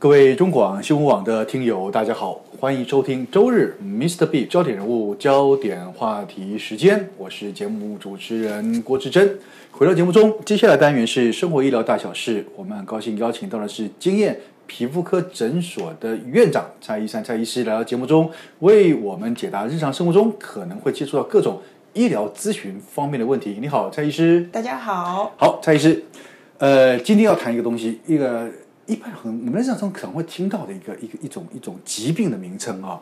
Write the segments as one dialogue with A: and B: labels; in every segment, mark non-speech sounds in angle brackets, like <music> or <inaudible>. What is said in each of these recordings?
A: 各位中广新闻网的听友，大家好，欢迎收听周日 Mr. B 焦点人物、焦点话题时间，我是节目主持人郭志珍。回到节目中，接下来单元是生活医疗大小事，我们很高兴邀请到的是经验皮肤科诊所的院长蔡医生、蔡医师来到节目中，为我们解答日常生活中可能会接触到各种医疗咨询方面的问题。你好，蔡医师。
B: 大家好，
A: 好，蔡医师，呃，今天要谈一个东西，一个一般很我们日常中可能会听到的一个一个一种一种疾病的名称啊、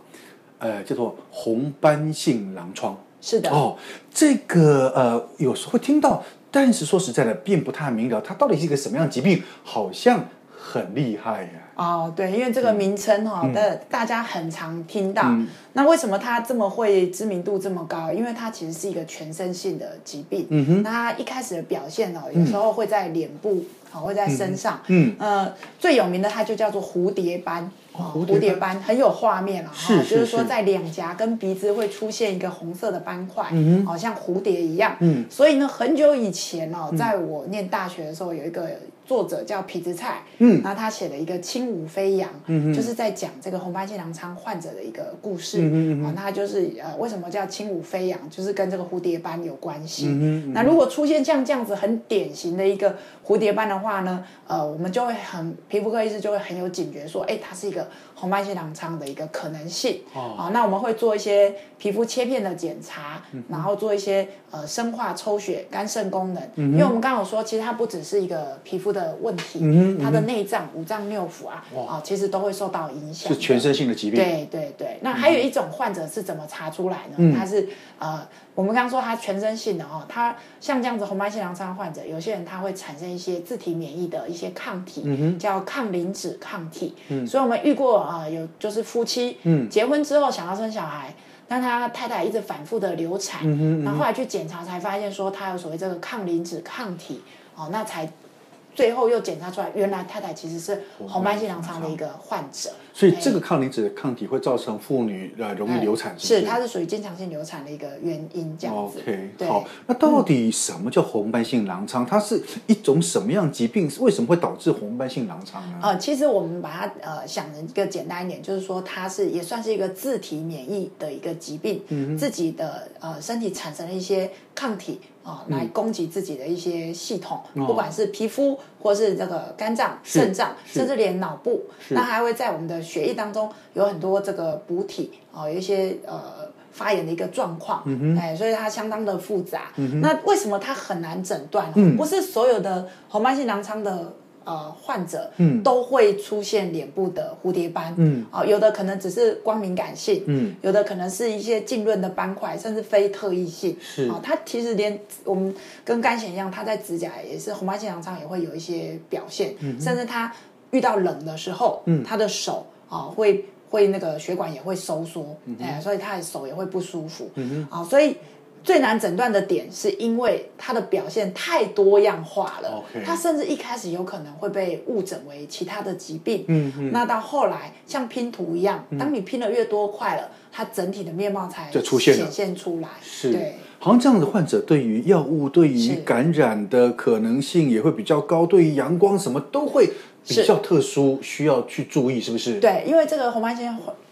A: 呃，叫做红斑性狼疮。
B: 是的，
A: 哦，这个呃，有时候会听到，但是说实在的，并不太明了，它到底是一个什么样的疾病，好像很厉害啊呀、
B: 哦，对，因为这个名称哈、哦，大、大家很常听到。那为什么它这么会知名度这么高？因为它其实是一个全身性的疾病。嗯哼，那它一开始的表现哦，有时候会在脸部，好、会在身上。
A: 嗯
B: 呃，最有名的它就叫做蝴蝶斑。哦
A: 蝴蝶
B: 蝴
A: 斑
B: 蝶斑很有画面哦了哈
A: 是，
B: 就是说
A: 是
B: 在脸颊跟鼻子会出现一个红色的斑块，好、像蝴蝶一样。嗯，所以呢，很久以前哦，在我念大学的时候，有一个作者叫痞子蔡，嗯，然后他写了一个《轻舞飞扬》，嗯就是在讲这个红斑性狼疮患者的一个故事。嗯嗯那他就是呃，为什么叫轻舞飞扬，就是跟这个蝴蝶斑有关系。嗯那如果出现像这样子很典型的一个蝴蝶斑的话呢，呃，我们就会很皮肤科医师就会很有警觉，说，哎，它是一个红斑性狼疮的一个可能性。
A: 哦
B: 啊，那我们会做一些皮肤切片的检查，然后做一些呃生化抽血、肝肾功能，因为我们刚刚有说，其实它不只是一个皮肤的问题，它的内脏、五脏六腑啊，啊，其实都会受到影响
A: 是。全身性的疾病。
B: 对对对，那还有一种患者是怎么查出来呢？
A: 嗯
B: 他是呃，我们刚刚说他全身性的哦，他像这样子红斑性狼疮患者，有些人他会产生一些自体免疫的一些抗体，
A: 嗯
B: 叫抗磷脂抗体。所以我们遇过啊、呃有就是夫妻，
A: 嗯
B: 结婚之后想要生小孩。但他太太一直反复的流产，
A: 嗯
B: 然后后来去检查才发现说他有所谓这个抗磷脂抗体，哦，那才最后又检查出来，原来太太其实是红斑性狼疮的一个患者。
A: 所以这个抗磷脂抗体会造成妇女呃容易流产，是
B: 哎
A: 不
B: 是，
A: 是
B: 它是属于经常性流产的一个原因，这样子。
A: OK，
B: 对，
A: 好，那到底什么叫红斑性狼疮？它是一种什么样疾病？为什么会导致红斑性狼疮呢？
B: 呃，其实我们把它呃想成一个简单一点，就是说它是也算是一个自体免疫的一个疾病，
A: 嗯
B: 自己的呃身体产生了一些抗体啊、来
A: 嗯
B: 攻击自己的一些系统，不管是皮肤或是这个肝脏、
A: 哦是
B: 肾脏，
A: 是
B: 甚至连脑部，
A: 是
B: 那还会在我们的血液当中有很多这个补体啊、有一些呃。发炎的一个状况，
A: 嗯
B: 哎，所以它相当的复杂。那为什么它很难诊断？
A: 嗯
B: 不是所有的红斑性狼疮的呃患者，
A: 嗯
B: 都会出现脸部的蝴蝶斑，嗯，啊、有的可能只是光敏感性，嗯，有的可能是一些浸润的斑块，甚至非特异性，
A: 是
B: 啊、它其实连我们跟肝炎一样，它在指甲也是红斑性狼疮也会有一些表现，
A: 嗯
B: 甚至它遇到冷的时候，嗯，它的手啊、会会那个血管也会收缩，
A: 嗯
B: 哎、所以他的手也会不舒服，嗯啊、所以。最难诊断的点是因为它的表现太多样化了
A: OK
B: 它甚至一开始有可能会被误诊为其他的疾病。嗯嗯。那到后来像拼图一样，当你拼的越多块了，它整体的面貌才
A: 嗯就出现了
B: 显现出来。
A: 是
B: 对。，
A: 好像这样的患者对于药物、对于
B: 是
A: 感染的可能性也会比较高，对于阳光什么都会比较特殊，需要去注意，是不是？，
B: 对，因为这个红斑性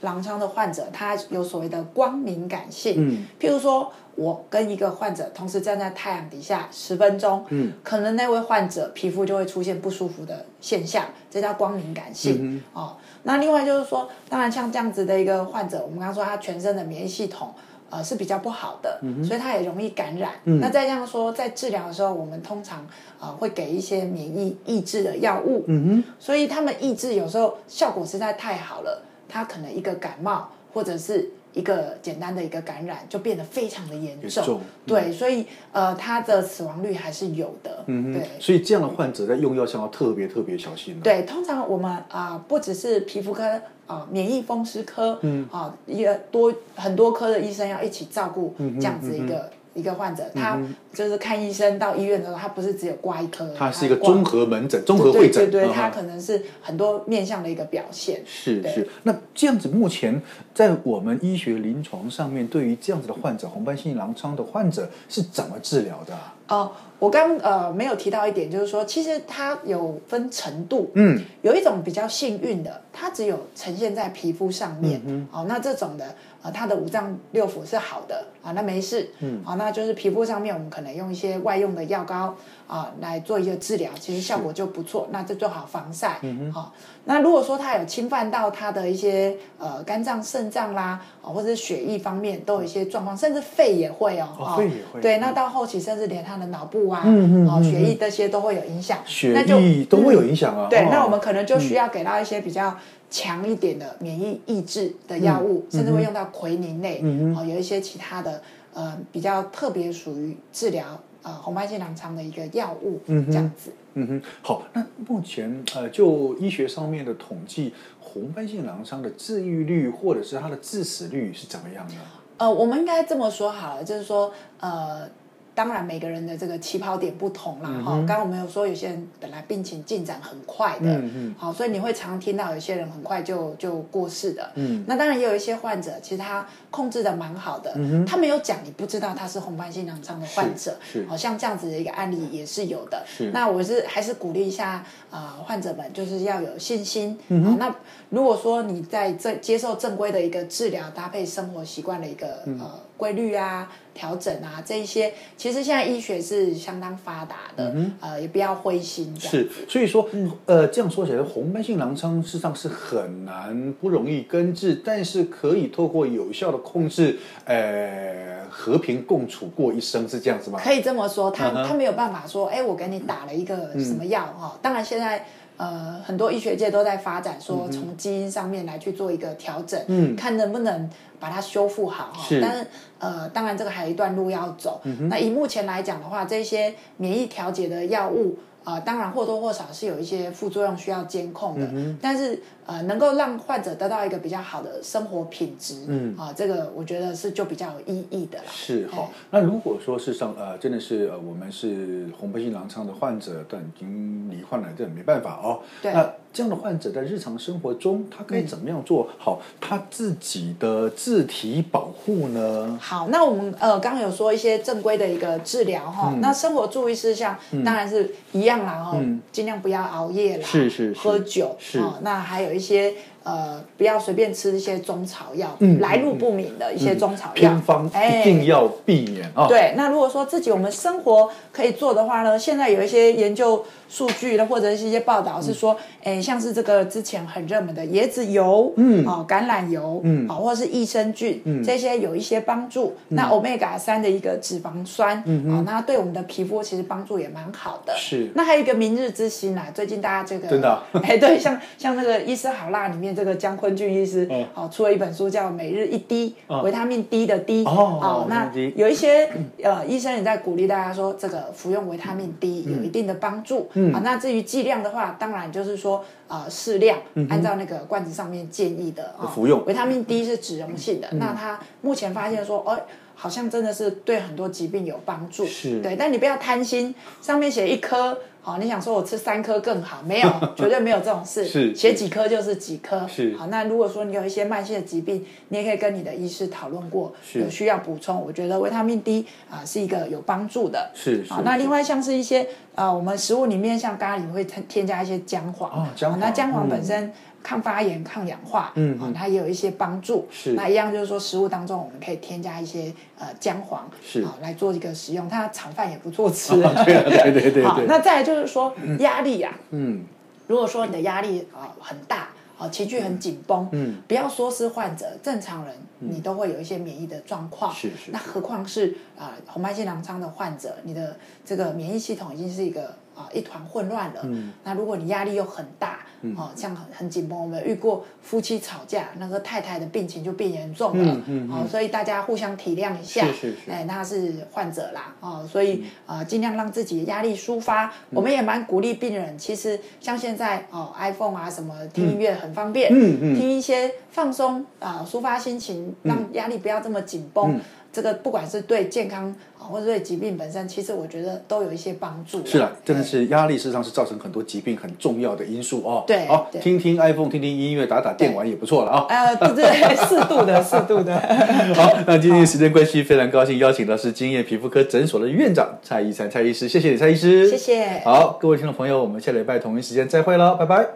B: 狼疮的患者，他有所谓的光敏感性。嗯，譬如说，我跟一个患者同时站在太阳底下十分钟，嗯，可能那位患者皮肤就会出现不舒服的现象，这叫光敏感性。哦，那另外就是说，当然像这样子的一个患者，我们刚刚说他全身的免疫系统。呃是比较不好的，所以它也容易感染。那再这样说，在治疗的时候，我们通常呃会给一些免疫抑制的药物，
A: 嗯
B: 所以他们抑制有时候效果实在太好了，他可能一个感冒或者是一个简单的一个感染就变得非常的严
A: 严
B: 重，
A: 重嗯
B: 对，所以呃，他的死亡率还是有的，嗯对。
A: 所以这样的患者在用药上要特别特别小心了。
B: 对，通常我们啊、不只是皮肤科啊、免疫风湿科，嗯啊、也多很多科的医生要一起照顾
A: 嗯
B: 这样子一个、一个患者。他就是看医生到医院的时候，他不是只有挂一颗，
A: 它是一个
B: 挂
A: 综合门诊、综合会诊，
B: 对对
A: 嗯
B: 对，他
A: 哼
B: 可能是很多面向的一个表现。
A: 是
B: 对
A: 是，那这样子，目前在我们医学临床上面，对于这样子的患者，红斑性狼疮的患者是怎么治疗的啊、
B: 哦，我刚呃没有提到一点，就是说，其实它有分程度，
A: 嗯
B: 有一种比较幸运的，它只有呈现在皮肤上面，
A: 嗯
B: 哦，那这种的，呃，它的五脏六腑是好的啊，那没事，嗯，啊，那就是皮肤上面我们可能用一些外用的药膏啊来做一个治疗，其实效果就不错，那就做好防晒，嗯好、那如果说它有侵犯到它的一些呃肝脏、肾脏啦，啊，或者是血液方面都有一些状况，甚至肺也会哦，
A: 哦肺也会
B: 对，那到后期甚至连它的脑部啊，
A: 嗯嗯
B: 哦，
A: 嗯
B: 血液这些都会有影响，
A: 血
B: 那就嗯
A: 液都会有影响啊。
B: 对
A: 哦，
B: 那我们可能就需要给到一些比较强一点的免疫抑制的药物，甚至会用到奎宁类，
A: 嗯
B: 哦，有一些其他的呃比较特别属于治疗呃红斑性狼疮的一个药物，
A: 嗯哼
B: 这样子。
A: 嗯哼，好，那目前呃，就医学上面的统计，红斑性狼疮的治愈率或者是它的致死率是怎么样的？
B: 呃，我们应该这么说好了，就是说，呃，当然每个人的这个起跑点不同啦，
A: 嗯
B: 哈、刚刚我们有说有些人本来病情进展很快的，
A: 嗯嗯
B: 好，所以你会常听到有些人很快就就过世的，
A: 嗯，
B: 那当然也有一些患者，其实他控制的蛮好的，他没有讲，你不知道他是红斑性狼疮的患者
A: 是是，
B: 好像这样子的一个案例也是有的
A: 是。
B: 那我是还是鼓励一下啊、呃患者们就是要有信心。嗯、那如果说你在这接受正规的一个治疗，搭配生活习惯的一个、
A: 嗯
B: 呃规律啊、调整啊这一些，其实现在医学是相当发达的，
A: 嗯
B: 呃，也不要灰心这样。
A: 是，所以说，呃，这样说起来，红斑性狼疮事实上是很难、不容易根治，但是可以透过有效的控制，呃，和平共处过一生，是这样子吗？
B: 可以这么说，他、
A: 嗯哼嗯
B: 他没有办法说，哎、我给你打了一个什么药哈、当然现在。呃，很多医学界都在发展，说从基因上面来去做一个调整，
A: 嗯
B: 看能不能把它修复好哈
A: 是。嗯
B: 但是呃，当然这个还有一段路要走。那以目前来讲的话，这些免疫调节的药物，呃，当然或多或少是有一些副作用需要监控
A: 嗯
B: 的，但是呃，能够让患者得到一个比较好的生活品质，
A: 嗯
B: 啊、这个我觉得是就比较有意义的啦。
A: 是
B: 哎
A: 好，那如果说事实上，呃，真的是呃，我们是红斑性狼疮的患者，但已经罹患了，这也没办法哦。
B: 对
A: 那这样的患者在日常生活中，他该怎么样做好他自己的自体保护呢？
B: 好，那我们呃刚刚有说一些正规的一个治疗哈、
A: 嗯
B: 那生活注意事项、当然是一样啦哦，尽量不要熬夜啦，
A: 是是是
B: 喝酒
A: 是
B: 哦，那还有一些呃不要随便吃一些中草药，
A: 嗯
B: 来路不明的一些中草药，
A: 偏方一定要避免啊。
B: 哎对，那如果说自己我们生活可以做的话呢，现在有一些研究数据呢，或者是一些报道是说，
A: 嗯
B: 诶，像是这个之前很热门的椰子油，嗯，哦，橄榄油，嗯，哦，或者是益生菌，嗯，这些有一些帮助。
A: 嗯
B: 那 omega 三的一个脂肪酸，嗯，哦，那对我们的皮肤其实帮助也蛮好的。
A: 是
B: 那还有一个明日之星啦，最近大家这个
A: 真的啊
B: <laughs> 哎，对，像像那个《医师好辣》里面这个姜昆俊医师，
A: 嗯
B: 哦，出了一本书叫《每日一滴维他命 D 的 D》，
A: 哦维他
B: 那
A: 命 D
B: 有一些呃医生也在鼓励大家说，这个服用维他命 D 有一定的帮助。嗯啊，那至于剂量的话，当然就是说呃适量，按照那个罐子上面建议的啊、
A: 嗯服用嗯
B: 维他命 D 是脂溶性的，那它目前发现说，哦。好像真的是对很多疾病有帮助，
A: 是
B: 对，但你不要贪心，上面写一颗，好、你想说我吃三颗更好，没
A: <laughs>
B: 有，绝对没有这种事，
A: 是
B: 写几颗就是几颗，
A: 是
B: 好。那如果说你有一些慢性的疾病，你也可以跟你的医师讨论过，
A: 是
B: 有需要补充。我觉得维他命 D 啊、是一个有帮助的。
A: 是是
B: 好，啊那
A: 是
B: 另外像是一些呃，我们食物里面像咖喱会添添加一些姜黄，
A: 哦
B: 啊
A: 姜黄
B: 好那姜黄本身抗发炎、抗氧化，
A: 嗯
B: 好它也有一些帮助。
A: 是
B: 那一样就是说食物当中我们可以添加一些呃姜黄，
A: 是
B: 好来做一个食用，它炒饭也不错吃。
A: <laughs> 对啊对对对对
B: 好，那再来就是说压力啊呀、
A: 嗯，
B: 如果说你的压力啊、很大，啊情绪很紧绷，
A: 嗯，
B: 不要说是患者，正常人你都会有一些免疫的状况，
A: 是是
B: 那何况是啊、红斑性狼疮的患者，你的这个免疫系统已经是一个啊、一团混乱了，嗯，那如果你压力又很大，
A: 嗯
B: 哦、像很很紧绷，我们有遇过夫妻吵架，那个太太的病情就变严重了，
A: 嗯嗯
B: 哦，所以大家互相体谅一下，
A: 是是是
B: 哎，那是患者啦，哦，所以呃，尽量让自己压力抒
A: 嗯
B: 发。我们也蛮鼓励病人，其实像现在哦，iPhone 啊什么听音乐很方便，
A: 嗯嗯嗯
B: 听一些放松啊、抒发心情，让压力不要这么紧绷。这个不管是对健康啊，或者对疾病本身，其实我觉得都有一些帮助。
A: 是的，真的是压力，事实上是造成很多疾病很重要的因素哦。
B: 对
A: 好，
B: 对
A: 听听 iPhone，听听音乐，打打电玩也不错了啊、
B: 呃，对对，适度的，适度的。
A: <laughs> 好，那今天时间关系，非常高兴邀请到是金燕皮肤科诊所的院长蔡医生，蔡医师，谢谢你，蔡医师，
B: 谢谢
A: 好，各位听众朋友，我们下礼拜同一时间再会了，拜拜。